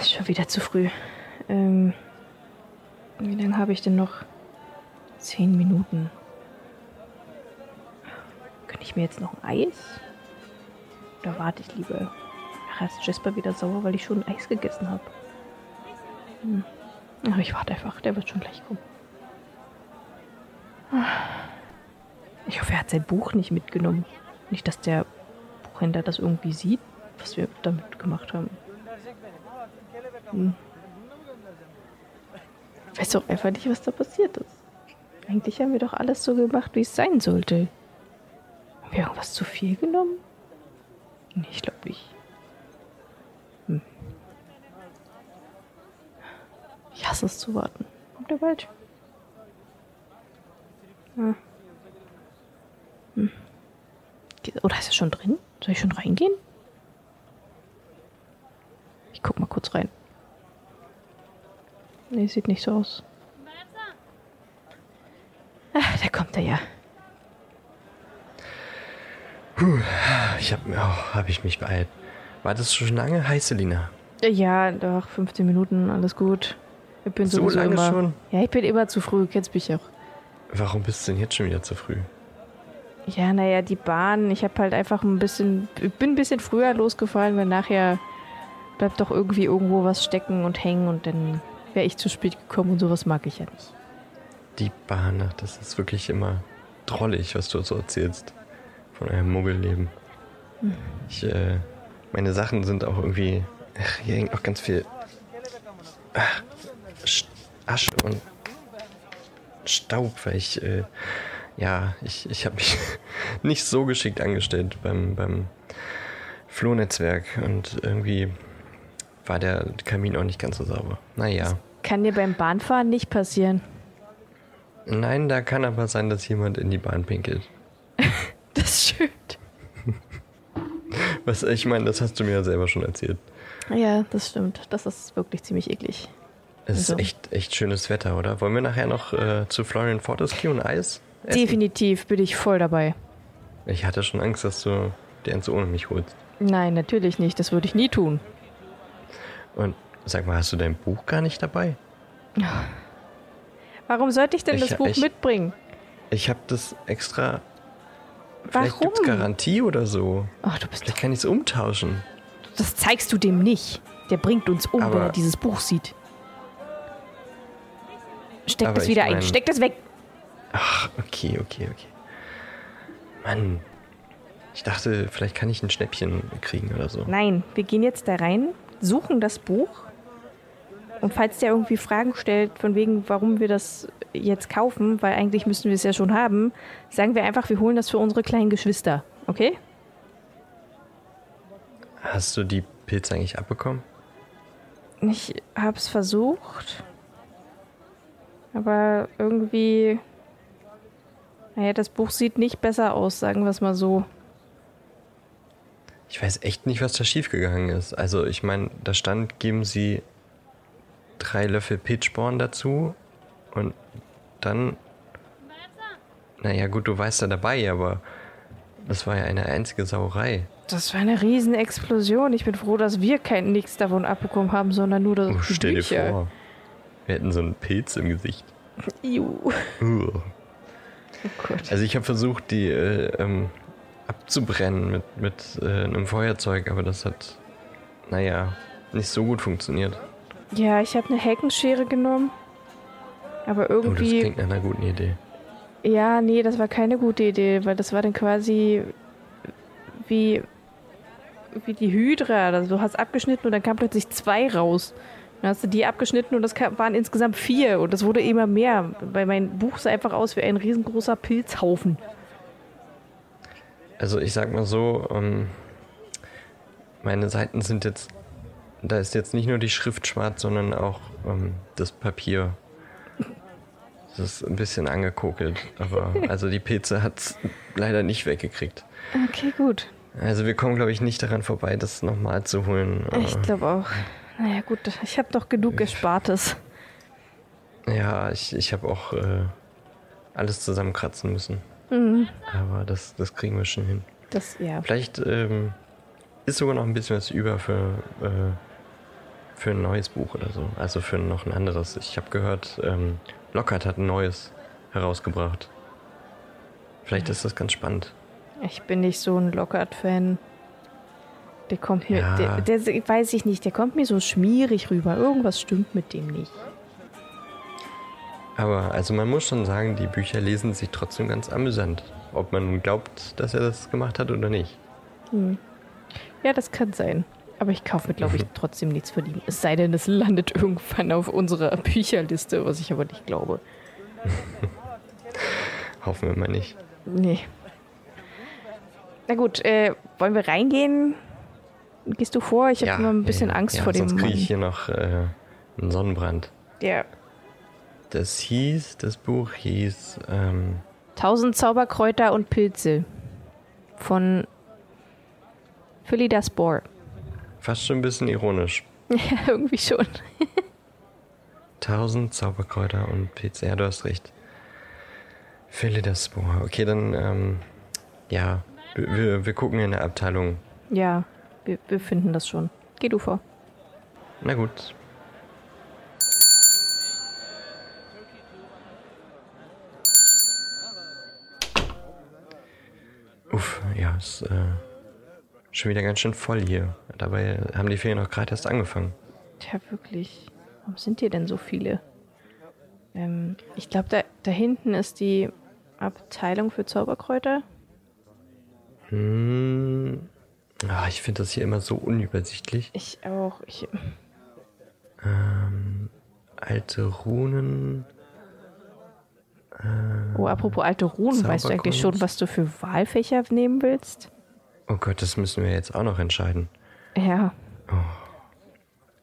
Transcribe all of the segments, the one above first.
ist schon wieder zu früh. Ähm, wie lange habe ich denn noch? Zehn Minuten. Könnte ich mir jetzt noch ein Eis? Oder warte ich lieber? Ach, ist Jasper wieder sauer, weil ich schon ein Eis gegessen habe. Hm. Aber ich warte einfach, der wird schon gleich kommen. Ich hoffe, er hat sein Buch nicht mitgenommen. Nicht, dass der Buchhändler das irgendwie sieht, was wir damit gemacht haben. Hm. Ich weiß doch einfach nicht, was da passiert ist. Eigentlich haben wir doch alles so gemacht, wie es sein sollte. Haben wir irgendwas zu viel genommen? Nee, ich glaube nicht. Hm. Ich hasse es zu warten. Kommt er bald? Ah. Hm. Ge- Oder ist er schon drin? Soll ich schon reingehen? Ich guck mal kurz rein. Nee, sieht nicht so aus. Ach, da kommt er ja. Ich habe oh, hab ich mich beeilt. War das schon lange? Hi, Selina. Ja, doch, 15 Minuten, alles gut. Ich bin So sowieso lange immer, schon? Ja, ich bin immer zu früh, kennst mich auch. Warum bist du denn jetzt schon wieder zu früh? Ja, naja, die Bahn, ich habe halt einfach ein bisschen, ich bin ein bisschen früher losgefahren, weil nachher bleibt doch irgendwie irgendwo was stecken und hängen und dann wäre ich zu spät gekommen und sowas mag ich ja nicht. Die Bahn, das ist wirklich immer drollig, was du so erzählst. Von eurem Muggelleben. Ich, äh, meine Sachen sind auch irgendwie. Ach, hier hängt auch ganz viel. Ach, Sch- Asche und Staub, weil ich, äh, ja, ich, ich habe mich nicht so geschickt angestellt beim, beim Flohnetzwerk und irgendwie war der Kamin auch nicht ganz so sauber. Naja. Kann dir beim Bahnfahren nicht passieren. Nein, da kann aber sein, dass jemand in die Bahn pinkelt. Das stimmt. Was ich meine, das hast du mir ja selber schon erzählt. Ja, das stimmt. Das ist wirklich ziemlich eklig. Es Also. ist echt, echt schönes Wetter, oder? Wollen wir nachher noch äh, zu Florian Fortescue und Eis? essen? Definitiv bin ich voll dabei. Ich hatte schon Angst, dass du dir eins ohne mich holst. Nein, natürlich nicht. Das würde ich nie tun. Und sag mal, hast du dein Buch gar nicht dabei? Warum sollte ich denn Ich- das Buch ich- mitbringen? Ich habe das extra. Vielleicht gibt's Warum? Oh, Garantie oder so. Ach, du bist Vielleicht kann ich es umtauschen. Das zeigst du dem nicht. Der bringt uns um, wenn Aber- er dieses Buch sieht. Steck Aber das ich wieder ein. mein- Steck das weg. Ach, okay, okay, okay. Mann. Ich dachte, vielleicht kann ich ein Schnäppchen kriegen oder so. Nein, wir gehen jetzt da rein, suchen das Buch. Und falls der irgendwie Fragen stellt, von wegen, warum wir das jetzt kaufen, weil eigentlich müssten wir es ja schon haben, sagen wir einfach, wir holen das für unsere kleinen Geschwister. Okay? Hast du die Pilze eigentlich abbekommen? Ich hab's versucht. Aber irgendwie. Naja, das Buch sieht nicht besser aus, sagen wir es mal so. Ich weiß echt nicht, was da schiefgegangen ist. Also, ich meine, da stand, geben Sie drei Löffel Pitchborn dazu und dann. Naja, gut, du warst ja dabei, aber das war ja eine einzige Sauerei. Das war eine Riesenexplosion. Ich bin froh, dass wir kein nichts davon abbekommen haben, sondern nur das Oh, die stell dir Bücher. vor, wir hätten so einen Pilz im Gesicht. Iu. Oh Ugh. Gott. Also, ich habe versucht, die äh, ähm, abzubrennen mit, mit äh, einem Feuerzeug, aber das hat, naja, nicht so gut funktioniert. Ja, ich habe eine Heckenschere genommen. Aber Oh, das irgendwie. klingt nach einer guten Idee. ja, nee, das war keine gute Idee, weil das war dann quasi wie, wie die Hydra. Also du hast abgeschnitten und dann kamen plötzlich zwei raus. Dann hast du die abgeschnitten und das kam, waren insgesamt vier. Und das wurde immer mehr, weil mein Buch sah einfach aus wie ein riesengroßer Pilzhaufen. Also ich sag mal so, ähm, meine Seiten sind jetzt, da ist jetzt nicht nur die Schrift schwarz, sondern auch ähm, das Papier. Das ist ein bisschen angekokelt, aber also die Pilze hat's leider nicht weggekriegt. Okay, gut. Also wir kommen, glaube ich, nicht daran vorbei, das nochmal zu holen. Ich glaube auch. Naja, gut, ich habe doch genug Gespartes. Äh, ja, ich, ich habe auch äh, alles zusammenkratzen müssen. Aber das, das kriegen wir schon hin. Das, ja. Vielleicht ähm, ist sogar noch ein bisschen was über für äh, Für ein neues Buch oder so. Also für noch ein anderes. Ich habe gehört, ähm, Lockhart hat ein neues herausgebracht. Vielleicht ist das ganz spannend. Ich bin nicht so ein Lockhart-Fan. Der kommt mir, Ja. der, der, weiß ich nicht, der kommt mir so schmierig rüber. Irgendwas stimmt mit dem nicht. Aber also man muss schon sagen, die Bücher lesen sich trotzdem ganz amüsant. Ob man nun glaubt, dass er das gemacht hat oder nicht. Ja, das kann sein. Aber ich kaufe mir, glaube ich, Mhm. trotzdem nichts von ihm. Es sei denn, es landet irgendwann auf unserer Bücherliste, was ich aber nicht glaube. Hoffen wir mal nicht. Nee. Na gut, äh, wollen wir reingehen? Gehst du vor? Ich habe immer ein bisschen Angst ja, vor dem Sonst kriege ich Mann. hier noch äh, einen Sonnenbrand. Der Das hieß, das Buch hieß, ähm, 1000 Zauberkräuter und Pilze von Philly das Boar. fast schon ein bisschen ironisch. Ja, irgendwie schon. 1000 Zauberkräuter und Pilze. Ja, du hast recht. Philidaspor. Okay, dann, ähm, ja, wir- wir, wir gucken in der Abteilung. Ja, wir, wir finden das schon. Geh du vor. Na gut. Uff, ja, ist äh, schon wieder ganz schön voll hier. Dabei haben die Ferien noch gerade erst angefangen. Tja, wirklich. Warum sind hier denn so viele? Ähm, ich glaube, da, da hinten ist die Abteilung für Zauberkräuter. Hm. Ah, ich finde das hier immer so unübersichtlich. Ich auch. Ich, Alte Runen. oh, apropos alte Runen, weißt du eigentlich Zauberkunst. schon, was du für Wahlfächer nehmen willst? Oh Gott, das müssen wir jetzt auch noch entscheiden. Ja,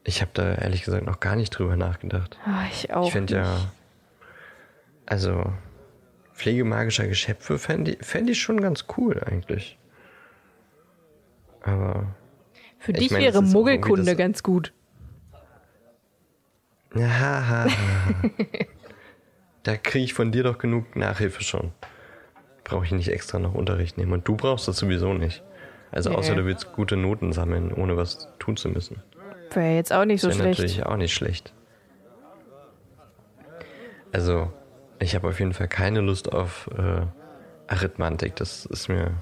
Ich habe da ehrlich gesagt noch gar nicht drüber nachgedacht. Ah, ich auch. ich fände ja. Also, Pflege magischer Geschöpfe fände ich, fänd ich schon ganz cool eigentlich. Aber. Für ich dich meine, wäre das ist auch irgendwie Muggelkunde das- ganz gut. Haha. da kriege ich von dir doch genug Nachhilfe schon. Brauche ich nicht extra noch Unterricht nehmen. Und du brauchst das sowieso nicht. Also, Nee. außer du willst gute Noten sammeln, ohne was tun zu müssen. Wäre jetzt auch nicht so Wäre schlecht. natürlich auch nicht schlecht. Also, ich habe auf jeden Fall keine Lust auf äh, Arithmantik. Das ist mir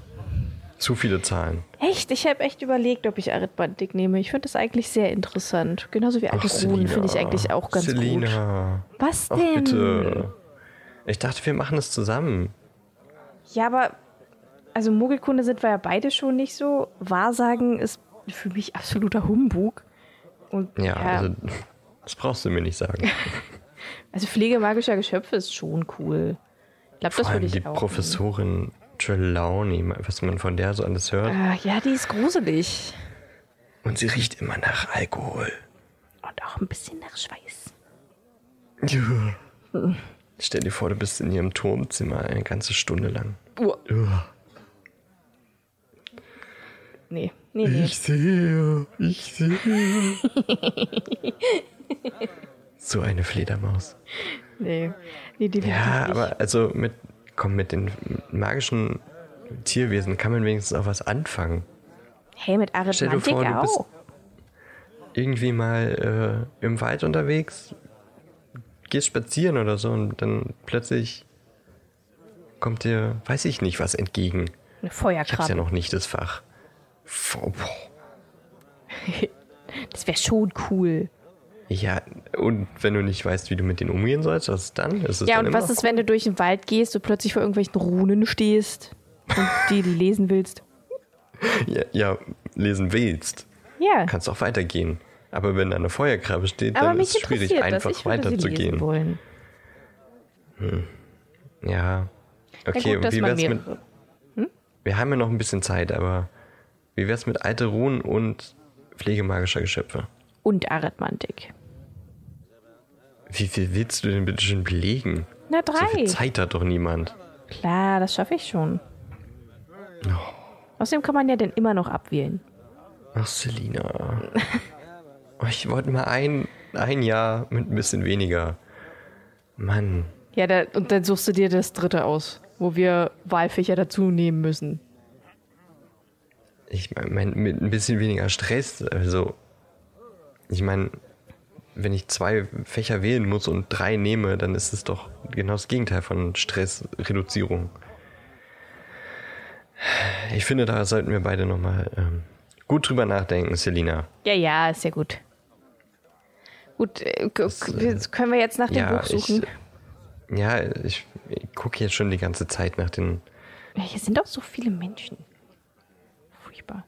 zu viele Zahlen. Echt? Ich habe echt überlegt, ob ich Arithmetik nehme. Ich finde das eigentlich sehr interessant. Genauso wie alte Runen finde ich eigentlich auch ganz gut. Selina, Was ach denn? bitte. Ich dachte, wir machen es zusammen. Ja, aber also Muggelkunde sind wir ja beide schon nicht so. Wahrsagen ist für mich absoluter Humbug. Und Ja, ja, also das brauchst du mir nicht sagen. also Pflege magischer Geschöpfe ist schon cool. Ich glaube, das Vor würde allem ich die auch. Professorin Trelawney, was man von der so alles hört. Ah, ja, die ist gruselig. Und sie riecht immer nach Alkohol. Und auch ein bisschen nach Schweiß. Ja. Stell dir vor, du bist in ihrem Turmzimmer eine ganze Stunde lang. Uah. Nee, nee, nee. Ich sehe, ich sehe. so eine Fledermaus. Nee, nee die Ja, aber also mit, komm, mit den magischen Tierwesen kann man wenigstens auch was anfangen. Hey, mit Stell dir Arithmetik vor, du bist auch. irgendwie mal äh, im Wald unterwegs, gehst spazieren oder so und dann plötzlich kommt dir, weiß ich nicht, was entgegen. Eine Ich hab's ja Feuerkrabbe. noch nicht, das Fach. Boah, boah. Das wäre schon cool. Ja, und wenn du nicht weißt, wie du mit denen umgehen sollst, was dann? Ist es Ja, dann und immer was noch- ist, wenn du durch den Wald gehst und plötzlich vor irgendwelchen Runen stehst und die lesen willst? Ja, ja, lesen willst, Ja, kannst auch weitergehen. Aber wenn da eine Feuerkrabbe steht, aber dann mich ist es schwierig, interessiert das. einfach Ich würde sie lesen weiterzugehen. wollen. Ja. Na Okay, gut, dass wie man wär's mit. mehrere- Wir haben ja noch ein bisschen Zeit, aber wie wär's mit alte Runen und pflegemagischer Geschöpfe? Und Arithmantik. Wie viel willst du denn bitte schon belegen? Na, So drei. viel Zeit hat doch niemand. Klar, das schaffe ich schon. Oh. Außerdem kann man ja dann immer noch abwählen. Ach, Selina. Oh, ich wollte mal ein, ein Jahr mit ein bisschen weniger. Mann. Ja, da, und dann suchst du dir das dritte aus, wo wir Wahlfächer dazu nehmen müssen. Ich meine, mit ein bisschen weniger Stress, also Ich meine, wenn ich zwei Fächer wählen muss und drei nehme, dann ist es doch genau das Gegenteil von Stressreduzierung. Ich finde, da sollten wir beide nochmal ähm, gut drüber nachdenken, Selina. Ja, ja, ist ja gut. Gut, äh, k- k- können wir jetzt nach dem Ja, Buch suchen? ich, ja, ich, ich gucke jetzt schon die ganze Zeit nach den. Hier sind auch so viele Menschen. Furchtbar.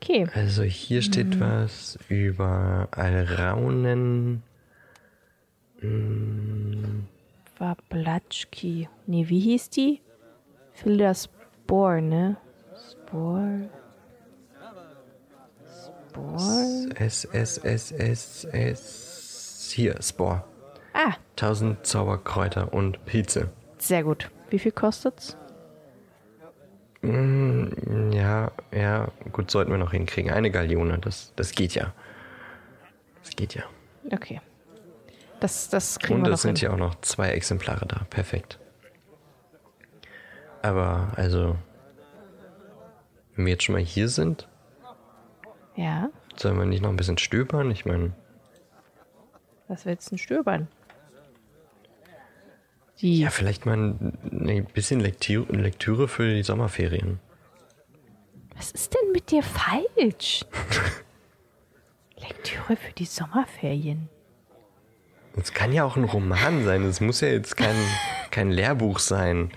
Okay. Also hier steht Mhm. was über Alraunen. war Blatschki. Nee, wie hieß die? Filda Spor, ne? Spor. Spor. S, S, S, S, S. Hier, Spore. Ah, 1000 Zauberkräuter und Pilze. sehr gut. Wie viel kostet's? Ja, ja, gut, sollten wir noch hinkriegen. Eine Galeone, das, das geht ja. Das geht ja. Okay. Das, das kriegen Und wir es noch hin. sind ja auch noch zwei Exemplare da. Perfekt. Aber, also, wenn wir jetzt schon mal hier sind, Ja, sollen wir nicht noch ein bisschen stöbern? Ich meine, was willst du denn stöbern? Die, ja, vielleicht mal ein, ein bisschen Lektüre, Lektüre für die Sommerferien. was ist denn mit dir falsch? Lektüre für die Sommerferien. Es kann ja auch ein Roman sein. Es muss ja jetzt kein, kein Lehrbuch sein.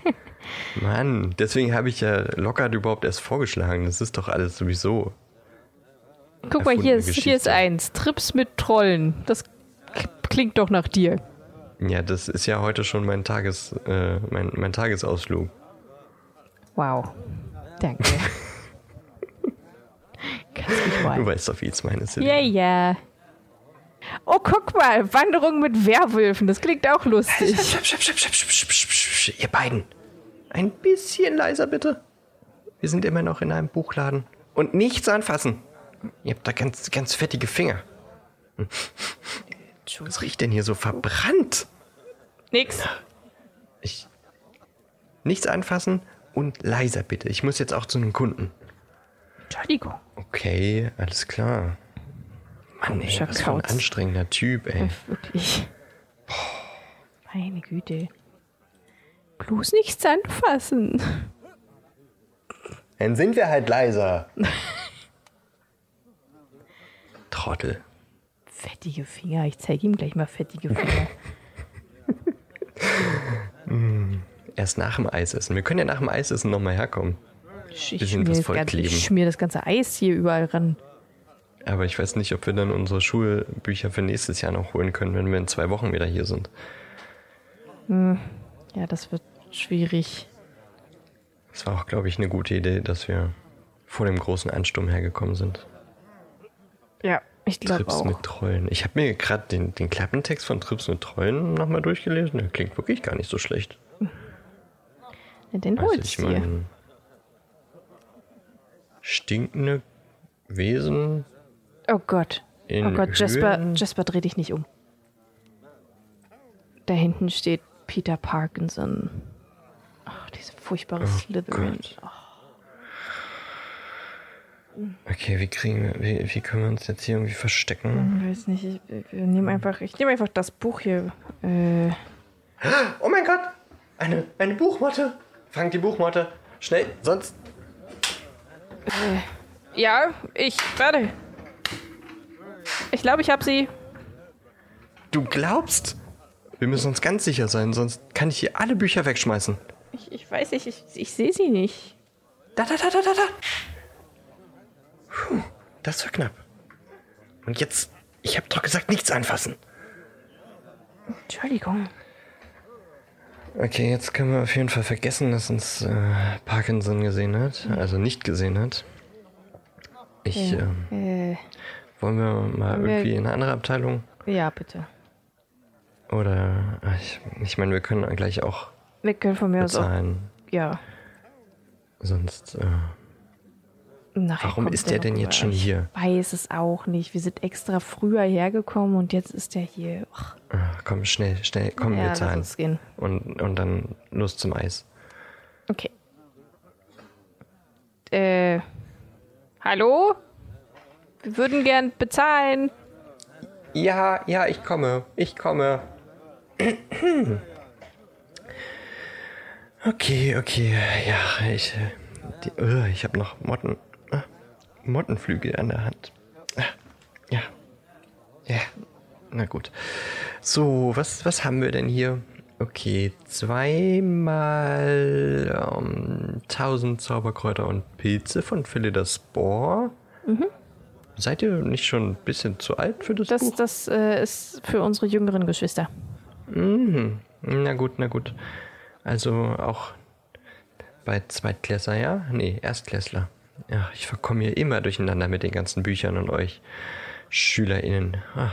Mann, deswegen habe ich ja Lockhart überhaupt erst vorgeschlagen. Das ist doch alles sowieso. Guck mal, hier Erfundene ist, hier ist Geschichte. eins. Trips mit Trollen. Das k- klingt doch nach dir. Ja, das ist ja heute schon mein, Tages, äh, mein, mein Tagesausflug. Wow. Danke. Kannst mich Du mal. weißt doch, wie ich es meine. Silly. Ja, ja. Oh, guck mal. Wanderung mit Werwölfen. Das klingt auch lustig. Schip, schip, schip, schip, schip, schip, schip, schip, Ihr beiden, ein bisschen leiser bitte. Wir sind immer noch in einem Buchladen. Und nichts anfassen. Ihr habt da ganz, ganz fettige Finger. Hm. Was riecht denn hier so verbrannt? Nix. Ich. Nichts anfassen und leiser bitte. Ich muss jetzt auch zu einem Kunden. Entschuldigung. Okay, alles klar. Mann, ey, Komischer was für ein Kauz. anstrengender Typ, ey. Wirklich. Meine Güte. Bloß nichts anfassen. Dann sind wir halt leiser. Trottel. Fettige Finger. Ich zeige ihm gleich mal fettige Finger. Erst nach dem Eisessen. Wir können ja nach dem Eisessen nochmal herkommen. Ich, ich, Bisschen schmier was das ganze, vollkleben. ich schmier das ganze Eis hier überall ran. Aber ich weiß nicht, ob wir dann unsere Schulbücher für nächstes Jahr noch holen können, wenn wir in zwei Wochen wieder hier sind. Ja, das wird schwierig. Es war auch, glaube ich, eine gute Idee, dass wir vor dem großen Ansturm hergekommen sind. Ja, ich glaube Trips auch. mit Trollen. Ich habe mir gerade den, den Klappentext von Trips mit Trollen nochmal durchgelesen. Der klingt wirklich gar nicht so schlecht. Na, dann Also, hol's ich dir. meine, stinkende Wesen Oh Gott. in oh Gott, Jasper, Höhlen. Jasper, dreh dich nicht um. Da hinten steht Peter Parkinson. Ach, diese furchtbare Slytherin. Oh, Oh Gott. Ach, Okay, wie kriegen wir, wie, wie können wir uns jetzt hier irgendwie verstecken? ich weiß nicht, ich, ich nehme einfach, ich nehme einfach das Buch hier. Äh, Oh mein Gott! Eine, eine Buchmotte! Fang die Buchmotte! Schnell, sonst. ja, ich werde. Ich glaube, ich habe sie. Du glaubst? Wir müssen uns ganz sicher sein, sonst kann ich hier alle Bücher wegschmeißen. Ich, ich weiß nicht, ich, ich sehe sie nicht. Da, da, da, da, da, da. Puh, das war knapp. Und jetzt, ich habe doch gesagt, nichts anfassen. Entschuldigung. Okay, jetzt können wir auf jeden Fall vergessen, dass uns äh, Parkinson gesehen hat, also nicht gesehen hat. Ich, ähm, Äh, wollen wir mal wir- irgendwie in eine andere Abteilung? ja, bitte. Oder, ach, ich, ich meine, wir können gleich auch Wir können von mir aus auch. bezahlen. Ja. Sonst, äh, Nein, Warum kommt ist der noch denn jetzt rüber. schon hier? Ich weiß es auch nicht. Wir sind extra früher hergekommen und jetzt ist er hier. Och, ach, Ah, komm, schnell, schnell, komm, ja, wir lass zahlen. uns gehen. Und, und dann los zum Eis. Okay. Äh, hallo? Wir würden gern bezahlen. Ja, ja, ich komme. Ich komme. Okay, okay. Ja, ich. äh, Die, Ugh, ich habe noch Motten. ah, Mottenflügel an der Hand. Ah, Ja. Ja. Na gut. So, was, was haben wir denn hier? Okay, zweimal ähm, 1000 Zauberkräuter und Pilze von Philida Spore. Seid ihr nicht schon ein bisschen zu alt für das, Buch? Das, das äh, ist für unsere jüngeren Geschwister. Mhm. Na gut, na gut. Also auch bei Zweitklässler, ja? Nee, Erstklässler. Ja, ich verkomme hier immer durcheinander mit den ganzen Büchern und euch SchülerInnen. Ah.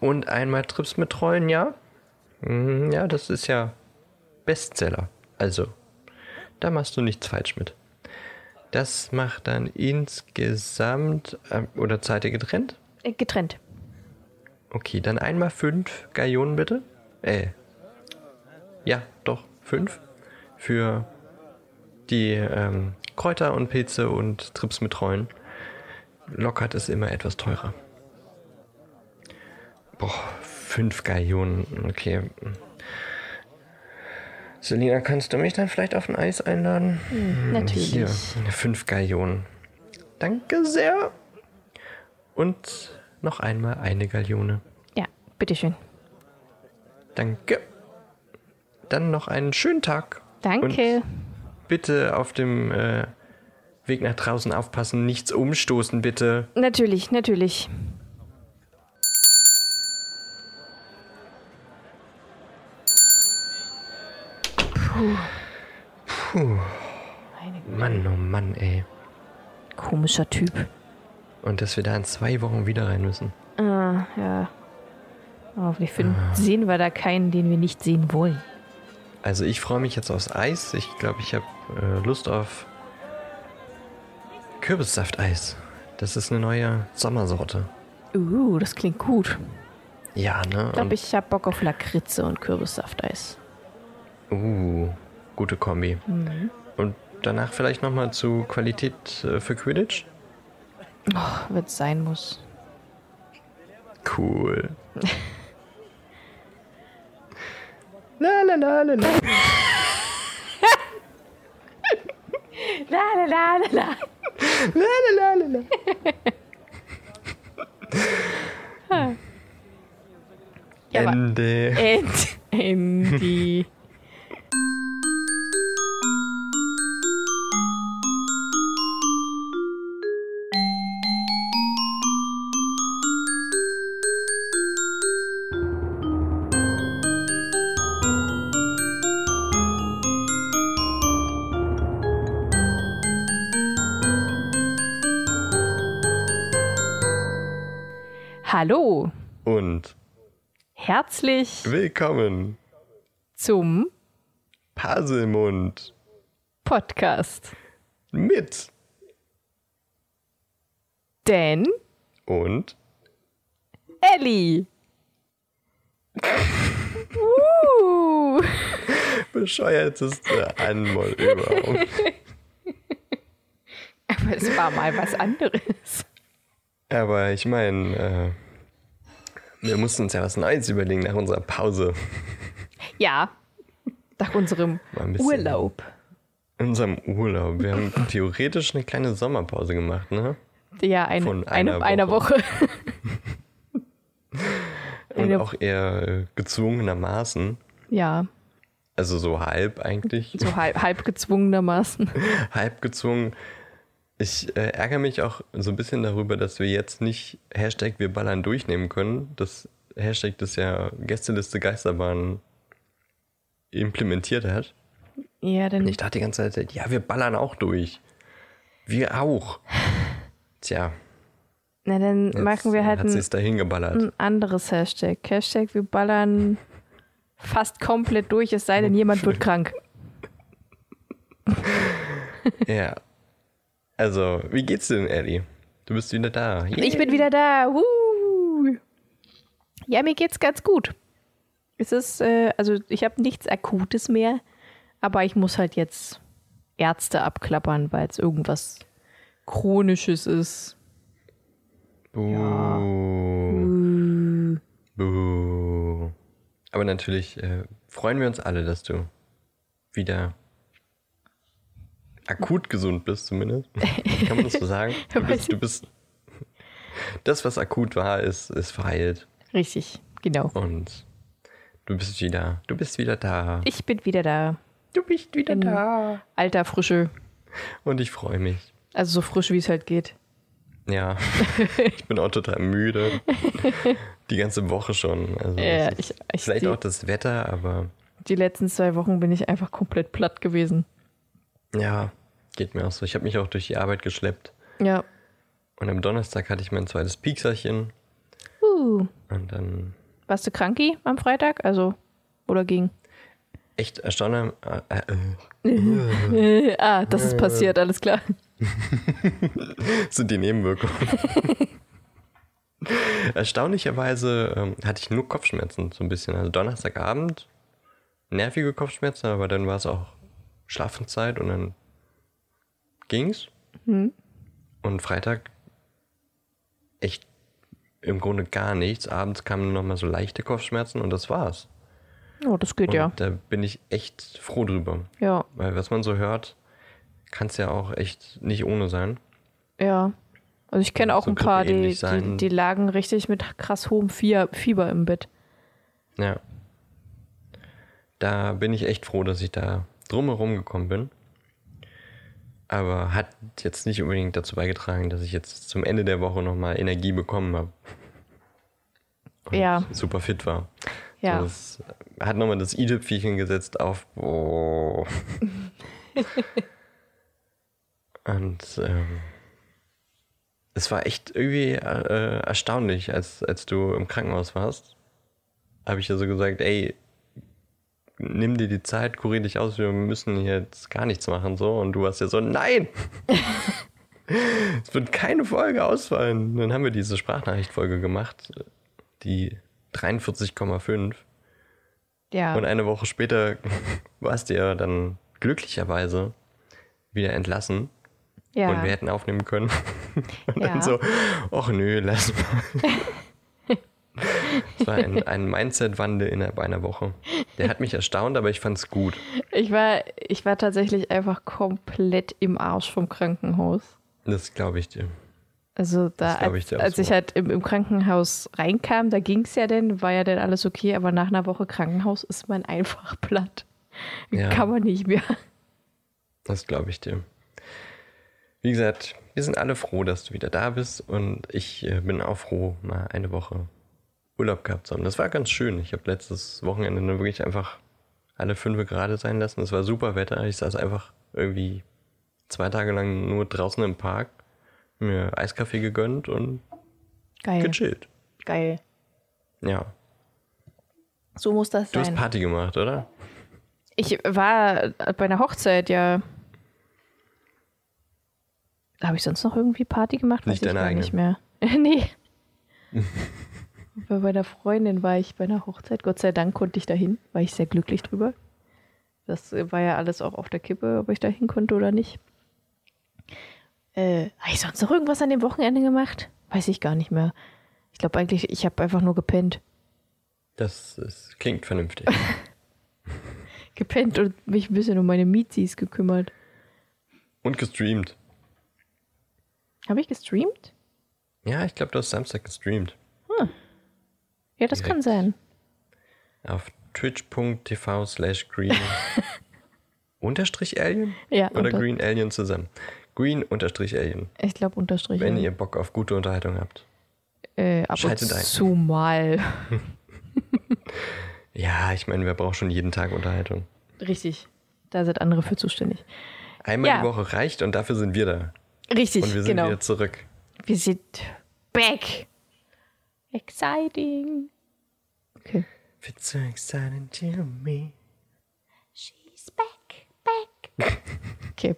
Und einmal Trips mit Trollen, ja? Mhm, ja, das ist ja Bestseller. Also, da machst du nichts falsch mit. Das macht dann insgesamt, ähm, oder zahlt ihr getrennt? Äh, getrennt. Okay, dann einmal fünf Gallionen bitte. Äh. Ja, doch, fünf. Für die ähm, Kräuter und Pilze und Trips mit Rollen. Lockert ist immer etwas teurer. Boah, fünf Gallionen, okay. Selina, kannst du mich dann vielleicht auf ein Eis einladen? Natürlich. Hier, fünf Gallionen. Danke sehr. Und noch einmal eine Gallione. Ja, bitteschön. Danke. Dann noch einen schönen Tag. Danke. Bitte auf dem äh, Weg nach draußen aufpassen, nichts umstoßen, bitte. Natürlich, natürlich. Mann, oh Mann, ey. Komischer Typ. Und dass wir da in zwei Wochen wieder rein müssen. Ah, ja. Aber Hoffentlich finden, sehen wir da keinen, den wir nicht sehen wollen. Also ich freue mich jetzt aufs Eis. Ich glaube, ich habe äh, Lust auf Kürbissafteis. Das ist eine neue Sommersorte. Uh, das klingt gut. Ja, ne? Ich glaube, ich habe Bock auf Lakritze und Kürbissafteis. Uh, gute Kombi. Und danach vielleicht nochmal zu Qualität äh, für Quidditch? Wenn es sein muss. Cool. la, la, la, la, la. La, la, la, la, la. Ja, aber- Ende. End. Andy. Hallo, Und herzlich willkommen, zum Paselmund, Podcast. mit Denn und Ellie. uh, bescheuerteste Anmol überhaupt. aber es war mal was anderes. Aber ich meine, äh, wir mussten uns ja was Neues überlegen nach unserer Pause. Ja, nach unserem War ein bisschen- Urlaub. In unserem Urlaub. Wir haben theoretisch eine kleine Sommerpause gemacht, ne? Ja, eine, Von eine, einer einer Woche. Und Eine- auch eher äh, gezwungenermaßen. Ja, Also so halb eigentlich. so halb, halb gezwungenermaßen. halb gezwungen. Ich äh, ärgere mich auch so ein bisschen darüber, dass wir jetzt nicht Hashtag wir ballern durchnehmen können. Das Hashtag, das ja Gästeliste Geisterbahn implementiert hat. Ja, dann Und ich dachte die ganze Zeit, ja, wir ballern auch durch. Wir auch. Tja, na, dann machen wir halt äh, hat sie ein, es dahin geballert. ein anderes Hashtag. Hashtag, wir ballern fast komplett durch, es sei denn, Hm, jemand wird krank. Ja. Also, wie geht's dir denn, Ellie? Du bist wieder da. Ich bin wieder da. Woo. Ja, mir geht's ganz gut. Es ist, äh, also ich habe nichts Akutes mehr, aber ich muss halt jetzt Ärzte abklappern, weil es irgendwas Chronisches ist. Uh. Buh. Aber natürlich äh, freuen wir uns alle, dass du wieder akut gesund bist, zumindest. Kann man das so sagen? Du bist, du bist. Das, was akut war, ist, ist verheilt. Richtig, genau. Und du bist wieder. Du bist wieder da. Ich bin wieder da. Du bist wieder In da. Alter, frische. Und ich freue mich. Also so frisch, wie es halt geht. Ja. ich bin auch total müde. Die ganze Woche schon. Also Ja, es ist ich, ich, vielleicht die, auch das Wetter, aber die letzten zwei Wochen bin ich einfach komplett platt gewesen. ja, geht mir auch so. Ich habe mich auch durch die Arbeit geschleppt. Ja. Und am Donnerstag hatte ich mein zweites Piekserchen. Uh. Und dann Warst du kranki am Freitag? Also, oder ging? echt erstauner. Äh, äh, Äh, ah, das ist passiert, alles klar. sind die Nebenwirkungen. Erstaunlicherweise ähm, hatte ich nur Kopfschmerzen, so ein bisschen. Also Donnerstagabend nervige Kopfschmerzen, aber dann war es auch Schlafenszeit und dann ging's. Und Freitag echt im Grunde gar nichts. Abends kamen nochmal so leichte Kopfschmerzen und das war's. Oh, das geht Und ja. da bin ich echt froh drüber. Ja, Weil was man so hört, kann es ja auch echt nicht ohne sein. ja. Also ich kenne Ja, auch so ein paar, die, grippeähnlich die, sein. die lagen richtig mit krass hohem Fie- Fieber im Bett. Ja. Da bin ich echt froh, dass ich da drumherum gekommen bin. Aber hat jetzt nicht unbedingt dazu beigetragen, dass ich jetzt zum Ende der Woche nochmal Energie bekommen habe. Und Ja. Super fit war. Ja. Das hat nochmal das i-Tüpfelchen gesetzt auf. Oh. Und ähm, es war echt irgendwie äh, erstaunlich, als, als du im Krankenhaus warst. Habe ich ja so gesagt, ey, nimm dir die Zeit, kurier dich aus, wir müssen hier jetzt gar nichts machen. so Und du warst ja so, nein! es wird keine Folge ausfallen. Dann haben wir diese Sprachnachrichtfolge gemacht, die 43,5. ja. Und eine Woche später warst du ja dann glücklicherweise wieder entlassen ja. und wir hätten aufnehmen können. Und Ja. dann so, ach nö, lass mal. Es war ein, ein Mindset-Wandel innerhalb einer Woche. Der hat mich erstaunt, aber ich fand's gut. Ich war, ich war tatsächlich einfach komplett im Arsch vom Krankenhaus. Das glaube ich dir. Also da, Das glaub ich als, dir auch als so. ich halt im, im Krankenhaus reinkam, da ging es ja denn, war ja dann alles okay, aber nach einer Woche Krankenhaus ist man einfach platt. Ja. Kann man nicht mehr. Das glaube ich dir. Wie gesagt, wir sind alle froh, dass du wieder da bist und ich äh, bin auch froh, mal eine Woche Urlaub gehabt zu haben. Das war ganz schön. Ich habe letztes Wochenende nur wirklich einfach alle fünf gerade sein lassen. Es war super Wetter. Ich saß einfach irgendwie zwei Tage lang nur draußen im Park, mir Eiskaffee gegönnt und Geil. gechillt. Geil. Ja. So muss das Du hast sein. Party gemacht, oder? Ich war bei einer Hochzeit, ja. Habe ich sonst noch irgendwie Party gemacht? Weiß Nicht ich deine gar eigene. nicht mehr. nee. bei meiner Freundin war ich bei einer Hochzeit. Gott sei Dank konnte ich dahin. War ich sehr glücklich drüber. Das äh, war ja alles auch auf der Kippe, ob ich dahin konnte oder nicht. Äh, habe ich sonst noch irgendwas an dem Wochenende gemacht? Weiß ich gar nicht mehr. Ich glaube eigentlich, ich habe einfach nur gepennt. Das ist, klingt vernünftig. Gepennt und mich ein bisschen um meine Miezis gekümmert. Und gestreamt. Habe ich gestreamt? Ja, ich glaube, du hast Samstag gestreamt. Ja, das kann Direkt. sein. auf twitch.tv slash green unterstrich alien Ja, oder unter- green alien zusammen. Green unterstrich alien, Ich glaube Unterstrich. wenn ihr Bock auf gute Unterhaltung habt. äh, ab und Schaltet ein. zu mal. Ja, ich meine, wer braucht schon jeden Tag Unterhaltung? Richtig. Da sind andere für zuständig. Einmal Ja. die Woche reicht und dafür sind wir da. Richtig, Und wir sind genau. wieder zurück. Wir sind back. Exciting. Okay. If it's so exciting to me. She's back, back. okay.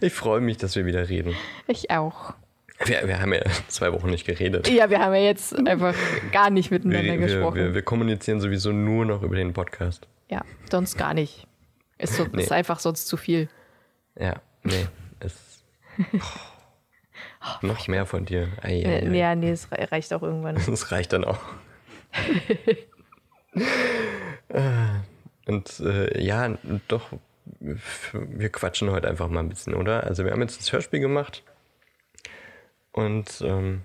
Ich freue mich, dass wir wieder reden. Ich auch. Wir, wir haben ja zwei Wochen nicht geredet. Ja, wir haben ja jetzt einfach gar nicht Wir, miteinander wir, gesprochen. wir, wir kommunizieren sowieso nur noch über den Podcast. Ja, sonst gar nicht. Ist, so, ist Nee. einfach sonst zu viel. Ja, nee, es. Noch mehr von dir. Ei, ei, Ja, ei. nee, nee, es rei- reicht auch irgendwann. Das reicht dann auch. Und äh, ja, und doch, wir quatschen heute einfach mal ein bisschen, oder? Also wir haben jetzt das Hörspiel gemacht und ähm,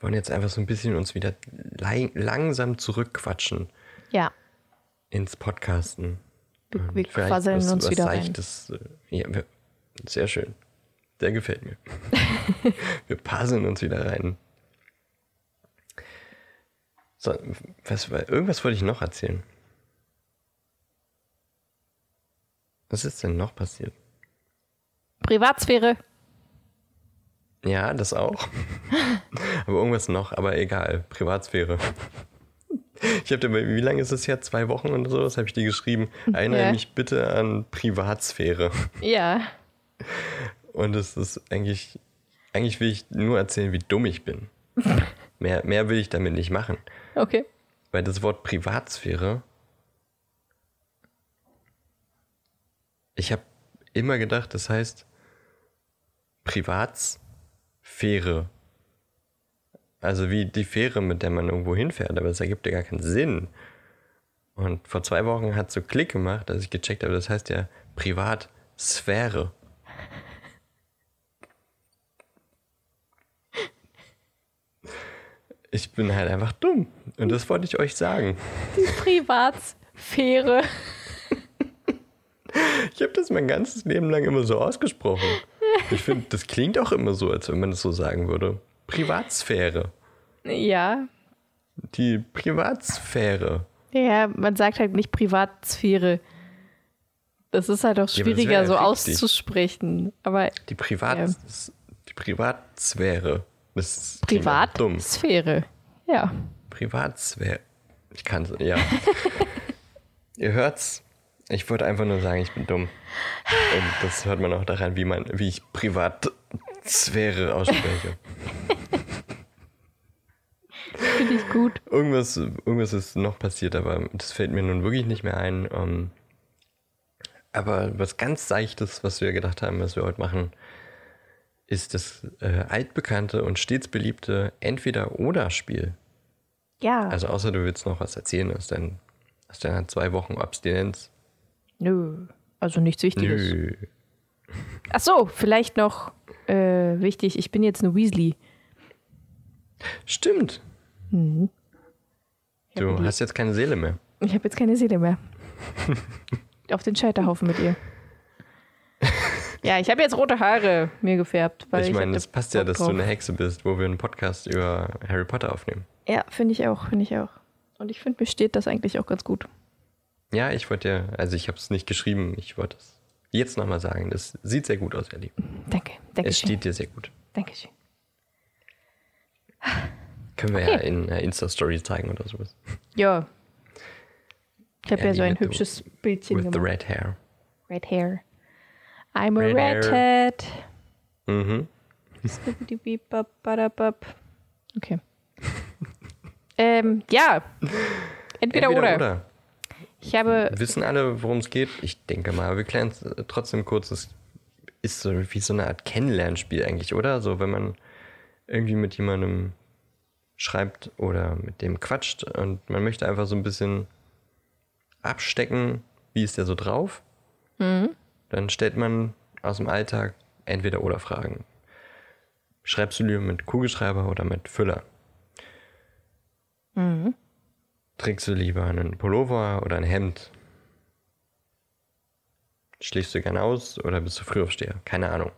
wollen jetzt einfach so ein bisschen uns wieder lei- langsam zurückquatschen Ja, ins Podcasten. wir, Und wir vielleicht quasseln was- uns was wieder rein. Seichtes, äh, ja, wir, sehr schön. Der gefällt mir. wir puzzeln uns wieder rein. So, was, war- irgendwas wollte ich noch erzählen. Was ist denn noch passiert? Privatsphäre. Ja, das auch. aber irgendwas noch, aber egal. Privatsphäre. Ich habe dir mal, wie lange ist es her? Zwei Wochen oder so? Was habe ich dir geschrieben? Erinnere Ja. mich bitte an Privatsphäre. Ja. Und es ist eigentlich, eigentlich will ich nur erzählen, wie dumm ich bin. mehr, mehr will ich damit nicht machen. Okay. Weil das Wort Privatsphäre, ich habe immer gedacht, das heißt Privatsphäre. Also wie die Fähre, mit der man irgendwo hinfährt, aber das ergibt ja gar keinen Sinn. Und vor zwei Wochen hat so Klick gemacht, als ich gecheckt habe, das heißt ja Privatsphäre. Ich bin halt einfach dumm. Und das wollte ich euch sagen. Die Privatsphäre. Ich habe das mein ganzes Leben lang immer so ausgesprochen. Ich finde, das klingt auch immer so, als wenn man das so sagen würde. Privatsphäre. Ja. Die Privatsphäre. Ja, man sagt halt nicht Privatsphäre. Das ist halt auch Ja, aber das wär schwieriger ja so richtig. auszusprechen. Aber Die, Privat Ja. die Privatsphäre. Das klingt auch dumm. Privatsphäre. Ja. Privatsphäre. Ich kann ja. Ihr hört's. Ich wollte einfach nur sagen, ich bin dumm. Und das hört man auch daran, wie man, wie ich Privatsphäre ausspreche. Finde ich gut. Irgendwas, irgendwas ist noch passiert, aber das fällt mir nun wirklich nicht mehr ein. Ähm, aber was ganz Seichtes, was wir gedacht haben, was wir heute machen, ist das äh, altbekannte und stets beliebte Entweder-Oder-Spiel. Ja. Also außer du willst noch was erzählen aus, dein, aus deiner zwei Wochen Abstinenz. Nö. Also nichts Wichtiges. Nö. Ach so, vielleicht noch äh, wichtig. Ich bin jetzt eine Weasley. Stimmt. Du Mhm. Ja, die- hast jetzt keine Seele mehr. Ich habe jetzt keine Seele mehr. Auf den Scheiterhaufen mit ihr. Ja, ich habe jetzt rote Haare mir gefärbt. Weil ich meine, hatte das passt ja, Bock dass drauf. du eine Hexe bist, wo wir einen Podcast über Harry Potter aufnehmen. Ja, finde ich auch, finde ich auch. Und ich finde, mir steht das eigentlich auch ganz gut. Ja, ich wollte ja, also ich habe es nicht geschrieben, ich wollte es jetzt nochmal sagen. Das sieht sehr gut aus, Ellie. Danke, danke Es schön. steht dir sehr gut. Danke schön. Können wir ja in äh, Insta-Story zeigen oder sowas. Ja. Ich habe ja, Ja, so die ein mit the- hübsches Bildchen With the gemacht. red hair. Red hair. I'm a Red hair. red hat. Mhm. Skibidi-bidi-bap-badabap. Okay. ähm, ja. Entweder, oder. Ich habe Wissen alle, worum es geht? Ich denke mal, wir klären es äh, trotzdem kurz. Es ist so wie so eine Art Kennenlernspiel eigentlich, oder? So, wenn man irgendwie mit jemandem schreibt oder mit dem quatscht und man möchte einfach so ein bisschen abstecken, wie ist der so drauf, dann stellt man aus dem Alltag entweder oder Fragen. Schreibst du dir mit Kugelschreiber oder mit Füller? Trägst du lieber einen Pullover oder ein Hemd? Schläfst du gern aus oder bist du Frühaufsteher? Keine Ahnung.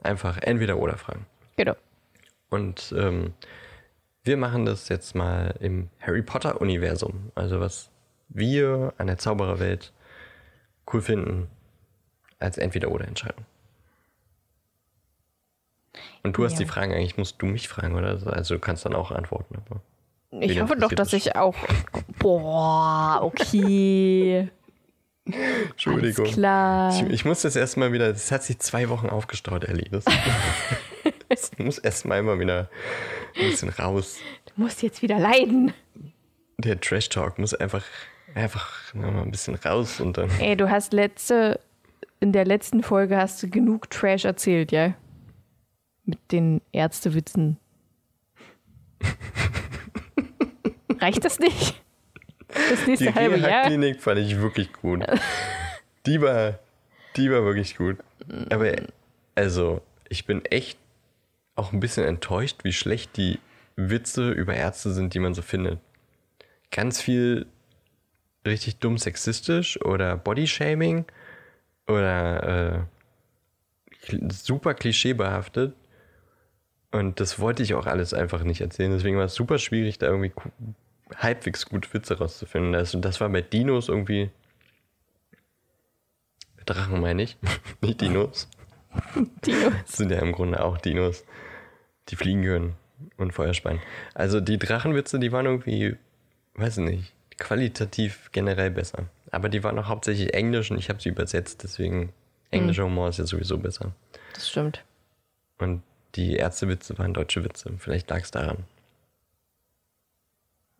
Einfach entweder oder fragen. Genau. Und ähm, wir machen das jetzt mal im Harry Potter-Universum. Also was wir an der Zaubererwelt cool finden als entweder oder Entscheidung. Und du hast Ja. die Fragen, eigentlich musst du mich fragen, oder? Also du kannst dann auch antworten. Aber Ich Wen hoffe doch, interessiert dass das? ich auch. Boah, okay. Alles Entschuldigung. klar. Ich, ich muss das erstmal wieder, das hat sich zwei Wochen aufgestaut, Ellie. Das, das muss erstmal immer wieder ein bisschen raus. Du musst jetzt wieder leiden. Der Trash Talk muss einfach, einfach nochmal ein bisschen raus und dann. Ey, du hast letzte, in der letzten Folge hast du genug Trash erzählt, ja? Mit den Ärztewitzen. Reicht das nicht? Das nächste Die halbe Jahr? Reha-Klinik fand ich wirklich gut. Die war, die war wirklich gut. Aber also, ich bin echt auch ein bisschen enttäuscht, wie schlecht die Witze über Ärzte sind, die man so findet. Ganz viel richtig dumm sexistisch oder Bodyshaming oder äh, kl- super klischeebehaftet. Und das wollte ich auch alles einfach nicht erzählen. Deswegen war es super schwierig, da irgendwie ku- halbwegs gute Witze rauszufinden. Das, und das war bei Dinos irgendwie. Drachen meine ich, nicht Dinos. Dinos. Das sind ja im Grunde auch Dinos, die fliegen können und Feuer speien. Also die Drachenwitze, die waren irgendwie, weiß nicht, qualitativ generell besser. Aber die waren auch hauptsächlich Englisch und ich habe sie übersetzt, deswegen englischer Humor ist ja sowieso besser. Das stimmt. Und die Ärztewitze waren deutsche Witze. Vielleicht lag es daran.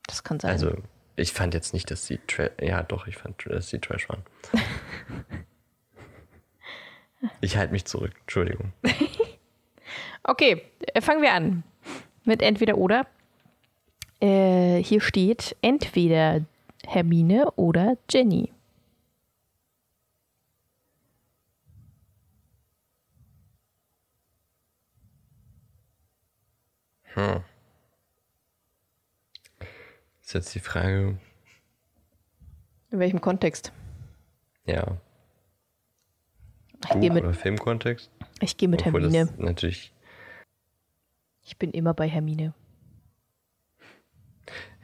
Das kann sein. Also, ich fand jetzt nicht, dass die Trash. Ja, doch, ich fand, dass die Trash waren. ich halte mich zurück. Entschuldigung. Okay, äh, fangen wir an. Mit entweder oder. Äh, hier steht entweder Hermine oder Jenny. Ist jetzt die Frage. In welchem Kontext? Ja. Ich gehe Buch- mit, oder Filmkontext? ich gehe mit Oh, Obwohl Hermine. das natürlich. Ich bin immer bei Hermine.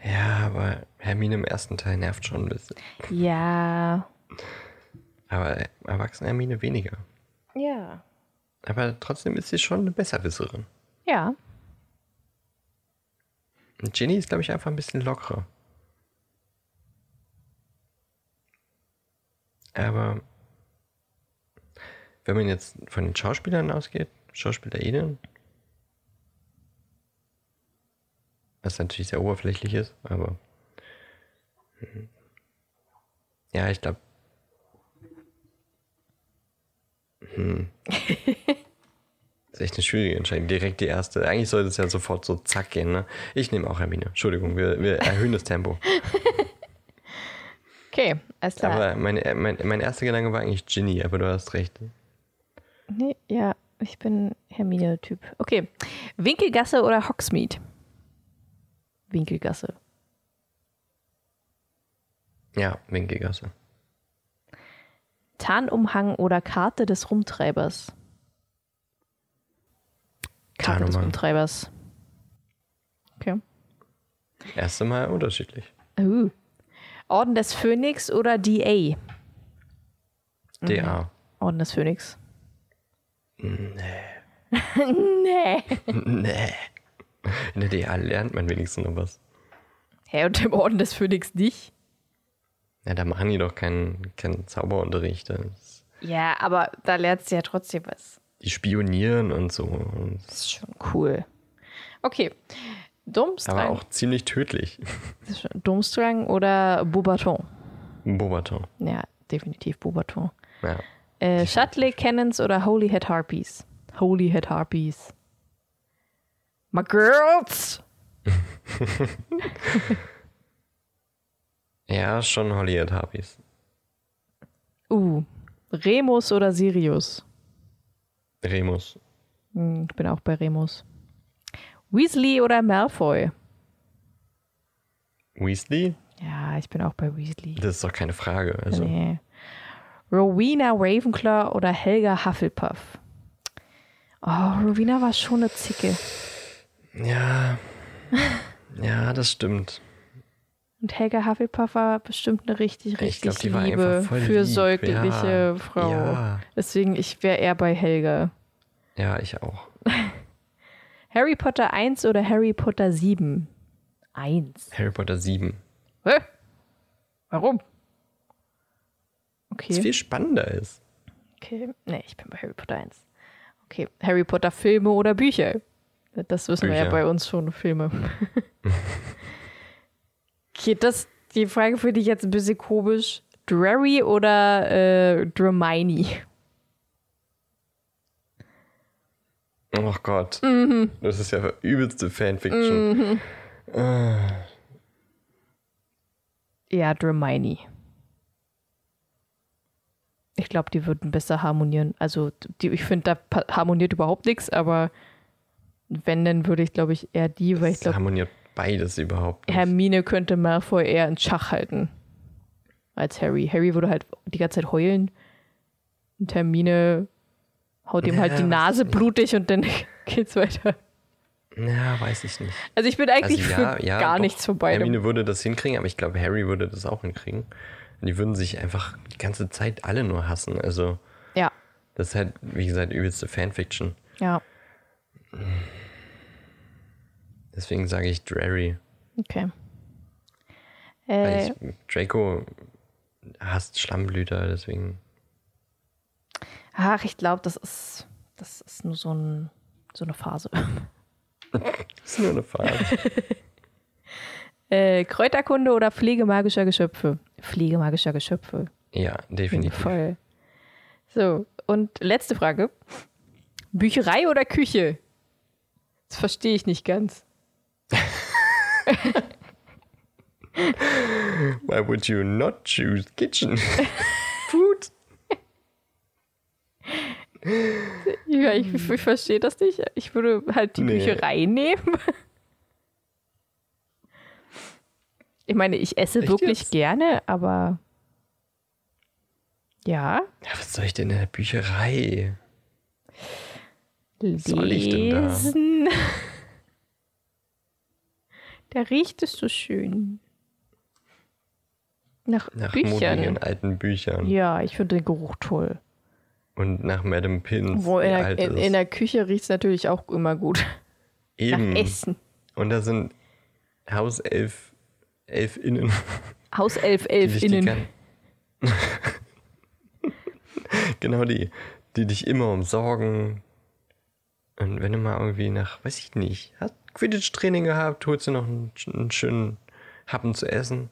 Ja, aber Hermine im ersten Teil nervt schon ein bisschen. Ja. Aber Erwachsene Hermine weniger. Ja. Aber trotzdem ist sie schon eine Besserwisserin. Ja. Und Ginny ist, glaube ich, einfach ein bisschen lockerer. Aber wenn man jetzt von den Schauspielern ausgeht, SchauspielerInnen, was natürlich sehr oberflächlich ist, aber mhm. ja, ich glaube, Das ist echt eine schwierige Entscheidung. Direkt die erste. Eigentlich sollte es ja sofort so zack gehen, ne? Ich nehme auch Hermine. Entschuldigung, wir, wir erhöhen das Tempo. Okay, alles klar. Aber mein, äh, mein, mein erster Gedanke war eigentlich Ginny, aber du hast recht. Nee, ja, ich bin Hermine-Typ. Okay. Winkelgasse oder Hogsmeade? Winkelgasse. Ja, Winkelgasse. Tarnumhang oder Karte des Rumtreibers? Karte des Tarnumhang. Rumtreibers. Okay. Erste Mal unterschiedlich. Uh. Orden des Phönix oder DA? Mhm. DA. Orden des Phönix. Nee. nee. nee. In der DA lernt man wenigstens noch was. Hä, und im Orden des Phönix nicht? Ja, da machen die doch keinen, keinen Zauberunterricht. Das- Ja, aber da lernst du ja trotzdem was. Die spionieren und so. Und Das ist schon cool. Okay. aber Domstrang, auch ziemlich tödlich. Domstrang oder Beaubaton? Bobaton. Ja, definitiv Beaubaton. Ja. Äh, Shuttle Cannons oder Holy Head Harpies? Holy Head Harpies. My girls! ja, schon Hollywood Harpies. Uh. Remus oder Sirius? Remus. Hm, ich bin auch bei Remus. Weasley oder Malfoy? Weasley? Ja, ich bin auch bei Weasley. Das ist doch keine Frage. Also, Nee. Rowena Ravenclaw oder Helga Hufflepuff? Oh, Rowena war schon eine Zicke. Ja. Ja, das stimmt. Und Helga Hufflepuff war bestimmt eine richtig, richtig Ich glaube, die war liebe, einfach voll fürsorgliche lieb. Ja, Frau. Ja, Deswegen, ich wäre eher bei Helga. ja, ich auch. Harry Potter 1 oder Harry Potter 7? 1. Harry Potter 7. Hä? Warum? Was Okay. viel spannender ist. okay. Nee, ich bin bei Harry Potter 1. Okay. Harry Potter Filme oder Bücher? Das wissen wir ja Bücher. bei uns schon, Filme. okay, das, die Frage für dich jetzt ein bisschen komisch. Drury oder äh, Dramini? Oh Mhm. Gott. Das ist ja übelste Fanfiction. Äh, Ja, Dramini. Ich glaube, die würden besser harmonieren. Also, die, ich finde, da pa- harmoniert überhaupt nichts, aber wenn, dann würde ich, glaube ich, eher die, weil ich Das glaube, harmoniert beides überhaupt nicht. Hermine könnte Malfoy eher in Schach halten als Harry. Harry würde halt die ganze Zeit heulen und Hermine haut ihm halt Ja, die weiß Nase ich blutig und dann geht's weiter. ja, weiß ich nicht. Also ich bin eigentlich Also ja, für ja, gar doch. nichts von beidem. Hermine würde das hinkriegen, aber ich glaube, Harry würde das auch hinkriegen. Die würden sich einfach die ganze Zeit alle nur hassen. Also, Ja, das ist halt, wie gesagt, übelste Fanfiction. ja, Deswegen sage ich Drarry. okay. Weil Äh, ich, Draco hasst Schlammblüter, deswegen. ach, ich glaube, das ist, das ist nur so, ein, so eine Phase. Das ist nur eine Farbe. Äh, Kräuterkunde oder Pflege magischer Geschöpfe? Pflege magischer Geschöpfe. ja, definitiv. Voll. So, und letzte Frage. Bücherei oder Küche? Das verstehe ich nicht ganz. Why would you not choose kitchen? Food. Ja, ich, ich verstehe das nicht. Ich würde halt die Nee. Bücherei nehmen. Ich meine, ich esse Echt wirklich jetzt? gerne, aber ja, Ja, was soll ich denn in der Bücherei? soll ich denn da? lesen. Da riecht es so schön. Nach, Nach Büchern. modrigen alten Büchern. Ja, ich finde den Geruch toll. Und nach Madame Pins. Wo in, die der, alt in, ist. in der Küche riecht es natürlich auch immer gut. Eben. Nach Essen. Und da sind Hauself, Elfinnen. Haus 11, die 11 dich innen. Die gan- genau die, die dich immer umsorgen. Und wenn du mal irgendwie nach, weiß ich nicht, hast Quidditch-Training gehabt, holst du noch einen, sch- einen schönen Happen zu essen.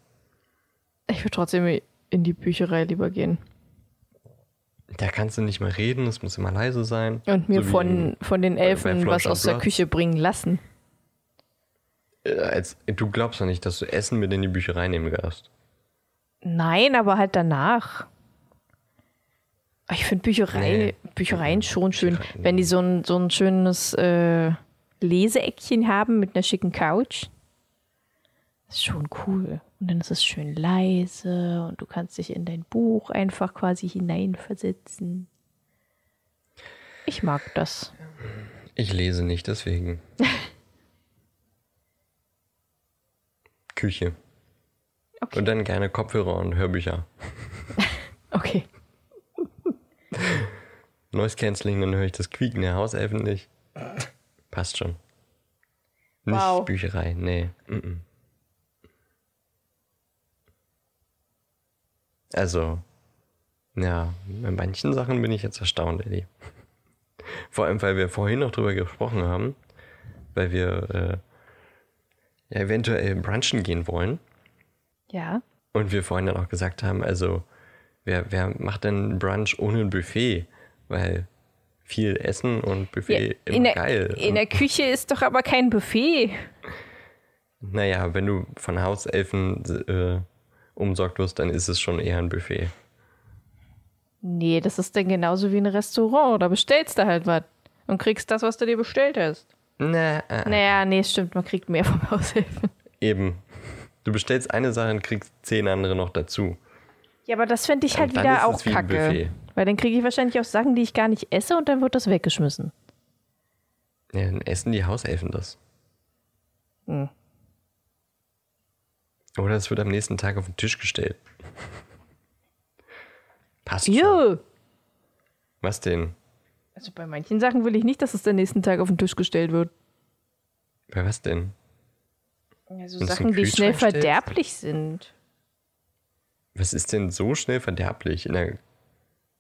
Ich würde trotzdem in die Bücherei lieber gehen. Da kannst du nicht mal reden, es muss immer leise sein. Und mir So wie von, von den Elfen Flash was and aus der Blood. Küche bringen lassen. im- äh, als, du glaubst doch nicht, dass du Essen mit in die Bücherei nehmen darfst. Nein, aber halt danach. Ah, Ich finde Bücherei, Büchereien schon schön, Büchereien. wenn die so ein, so ein schönes äh, Leseeckchen haben mit einer schicken Couch. Das ist schon cool. Und dann ist es schön leise und du kannst dich in dein Buch einfach quasi hineinversetzen. Ich mag das. Ich lese nicht, deswegen. Küche. Okay. Und dann gerne Kopfhörer und Hörbücher. Okay. Noise Cancelling, dann höre ich das Quieken der Hauselfen nicht. Passt schon. Nicht Wow. Bücherei, nee. Mm-mm. Also, ja, bei manchen Sachen bin ich jetzt erstaunt, Eddie. Vor allem, weil wir vorhin noch drüber gesprochen haben, weil wir äh, ja, eventuell brunchen gehen wollen. Ja. Und wir vorhin dann auch gesagt haben, also wer, wer macht denn Brunch ohne ein Buffet? Weil viel Essen und Buffet immer in, der, geil. in der Küche ist doch aber kein Buffet. und, naja, wenn du von Hauselfen äh, umsorgt wirst, dann ist es schon eher ein Buffet. Nee, das ist dann genauso wie ein Restaurant. Da bestellst du halt was und kriegst das, was du dir bestellt hast. Na, äh, Naja, nee, stimmt, man kriegt mehr vom Haushilfen. eben. Du bestellst eine Sache und kriegst zehn andere noch dazu. Ja, aber das fände ich halt Und dann ist wieder es auch wie ein kacke. Buffet. Weil dann kriege ich wahrscheinlich auch Sachen, die ich gar nicht esse und dann wird das weggeschmissen. Ja, dann essen die Hauselfen das. Hm. Oder es wird am nächsten Tag auf den Tisch gestellt. Passt schon. Juh. Was denn? Also bei manchen Sachen will ich nicht, dass es den nächsten Tag auf den Tisch gestellt wird. Bei was denn? Also Wenn's Sachen, im die schnell Kühlschrank steht? verderblich sind. Was ist denn so schnell verderblich? In der,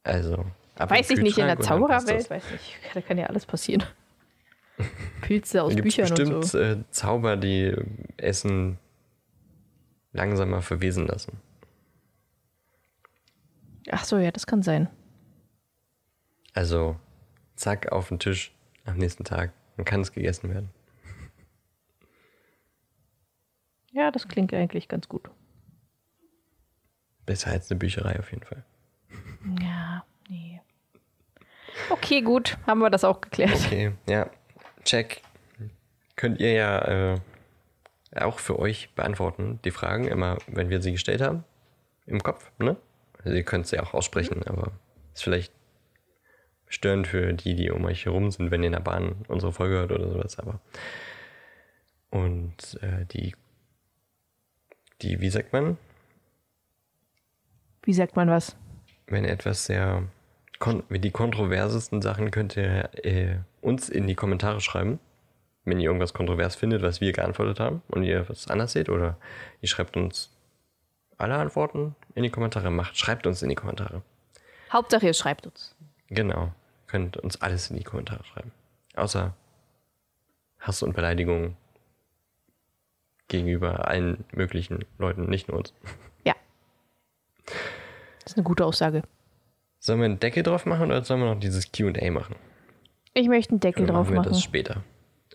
also. ab Weiß in ich den nicht, in der Kühlschrank und dann passt Zaubererwelt, weiß nicht, da kann ja alles passieren. Pilze das. aus Da gibt es Büchern und bestimmt so. äh, Zauber, die äh, Essen langsamer verwesen lassen. Ach so, ja, das kann sein. Also, zack, auf den Tisch am nächsten Tag. Dann kann es gegessen werden. Ja, das klingt eigentlich ganz gut. Besser als eine Bücherei auf jeden Fall. Ja, nee. Okay, gut, haben wir das auch geklärt. Okay, ja. Check. Könnt ihr ja äh, auch für euch beantworten, die Fragen, immer wenn wir sie gestellt haben. Im Kopf, ne? Also ihr könnt sie auch aussprechen, aber ist vielleicht störend für die, die um euch herum sind, wenn ihr in der Bahn unsere Folge hört oder sowas, aber. Und äh, die, die, wie sagt man, Wie sagt man was? wenn etwas sehr kon wie die kontroversesten Sachen könnt ihr äh, uns in die Kommentare schreiben. Wenn ihr irgendwas kontrovers findet, was wir geantwortet haben und ihr was anders seht, oder ihr schreibt uns alle Antworten in die Kommentare. Macht, schreibt uns in die Kommentare. Hauptsache, ihr schreibt uns. Genau. Könnt uns alles in die Kommentare schreiben. Außer Hass und Beleidigungen gegenüber allen möglichen Leuten, nicht nur uns. Ja. Das ist eine gute Aussage. Sollen wir einen Deckel drauf machen oder sollen wir noch dieses QA machen? Ich möchte einen Deckel Oder drauf machen wir das machen. später?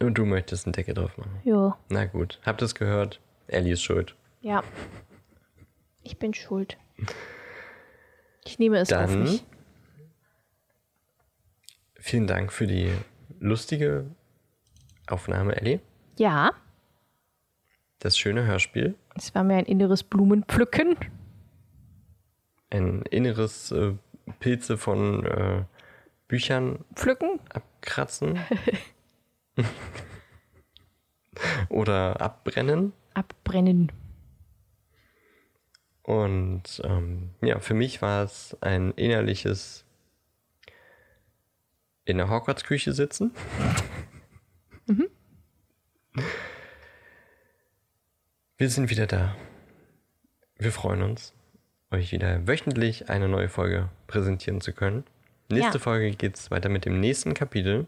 Und du möchtest einen Deckel drauf machen. Jo. Na gut, habt ihr es gehört? Ellie ist schuld. Ja. Ich bin schuld. Ich nehme es auf Dann mich. vielen Dank für die lustige Aufnahme, Ellie. Ja, Das schöne Hörspiel. es war mir ein inneres Blumenpflücken. Ein inneres äh, Pilze von äh, Büchern Pflücken? abkratzen. Oder abbrennen. Abbrennen. Und ähm, ja, für mich war es ein innerliches in der Hogwarts-Küche sitzen. Wir sind wieder da. Wir freuen uns, euch wieder wöchentlich eine neue Folge präsentieren zu können. Nächste Ja. Folge geht es weiter mit dem nächsten Kapitel.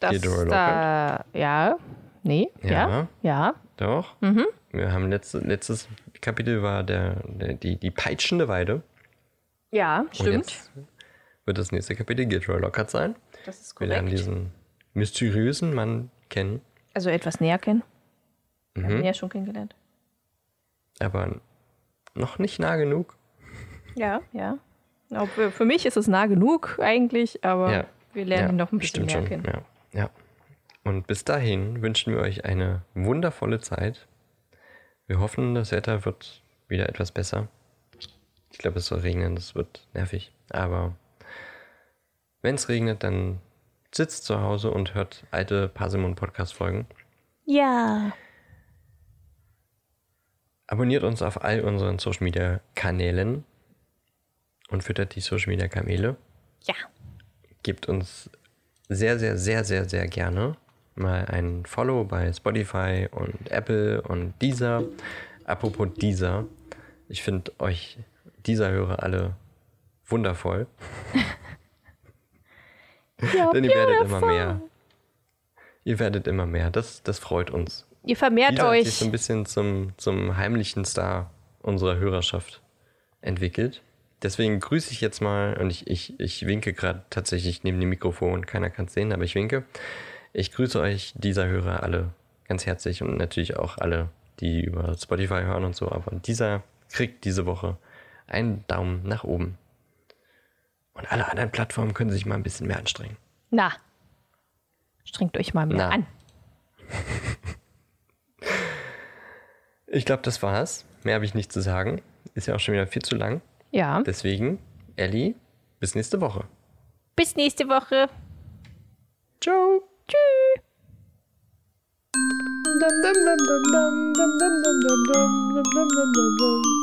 Das Theodora da. Ja. Nee. Ja. Ja. Ja. Doch. Wir haben letzte, letztes Kapitel war der, der, die, die peitschende Weide. Ja, Und stimmt. Oh, jetzt wird das nächste Kapitel Gilroy Lockhart sein. Das ist Wir lernen korrekt. diesen mysteriösen Mann kennen, Also etwas näher kennen. Wir Mhm. Haben ihn ja schon kennengelernt. aber noch nicht nah genug. Ja, ja. Ob, äh, für mich ist es nah genug eigentlich, aber Ja. Oh, wir lernen ja, ihn noch ein bisschen stimmt näher schon. kennen. Ja, ja. Und bis dahin wünschen wir euch eine wundervolle Zeit. Wir hoffen, das Wetter wird wieder etwas besser. Ich glaube, es soll regnen, das wird nervig. Aber wenn es regnet, dann sitzt zu Hause und hört alte Parsimon-Podcast-Folgen. Ja. Abonniert uns auf all unseren Social Media Kanälen und füttert die Social Media Kamele. Ja. Gebt uns sehr, sehr, sehr, sehr, sehr gerne mal einen Follow bei Spotify und Apple und dieser. Apropos dieser, ich finde euch dieser Hörer alle wundervoll, ja denn ihr werdet immer mehr. Ihr werdet immer mehr. Das, das freut uns. Ihr vermehrt Dieser hat sich euch. so ein bisschen zum, zum heimlichen Star unserer Hörerschaft entwickelt. Deswegen grüße ich jetzt mal und ich, ich, ich winke gerade tatsächlich neben dem Mikrofon, keiner kann es sehen, aber ich winke. Ich grüße euch, dieser Hörer, alle ganz herzlich und natürlich auch alle, die über Spotify hören und so, aber dieser kriegt diese Woche einen Daumen nach oben. Und alle anderen Plattformen können sich mal ein bisschen mehr anstrengen. Na. Strengt euch mal mehr Na. an. Ich glaube, das war's. Mehr habe ich nicht zu sagen. Ist ja auch schon wieder viel zu lang. Ja. Deswegen, Elli, bis nächste Woche. Bis nächste Woche. Ciao. dum dum dum dum dum dum dum dum dum dum dum dum dum dum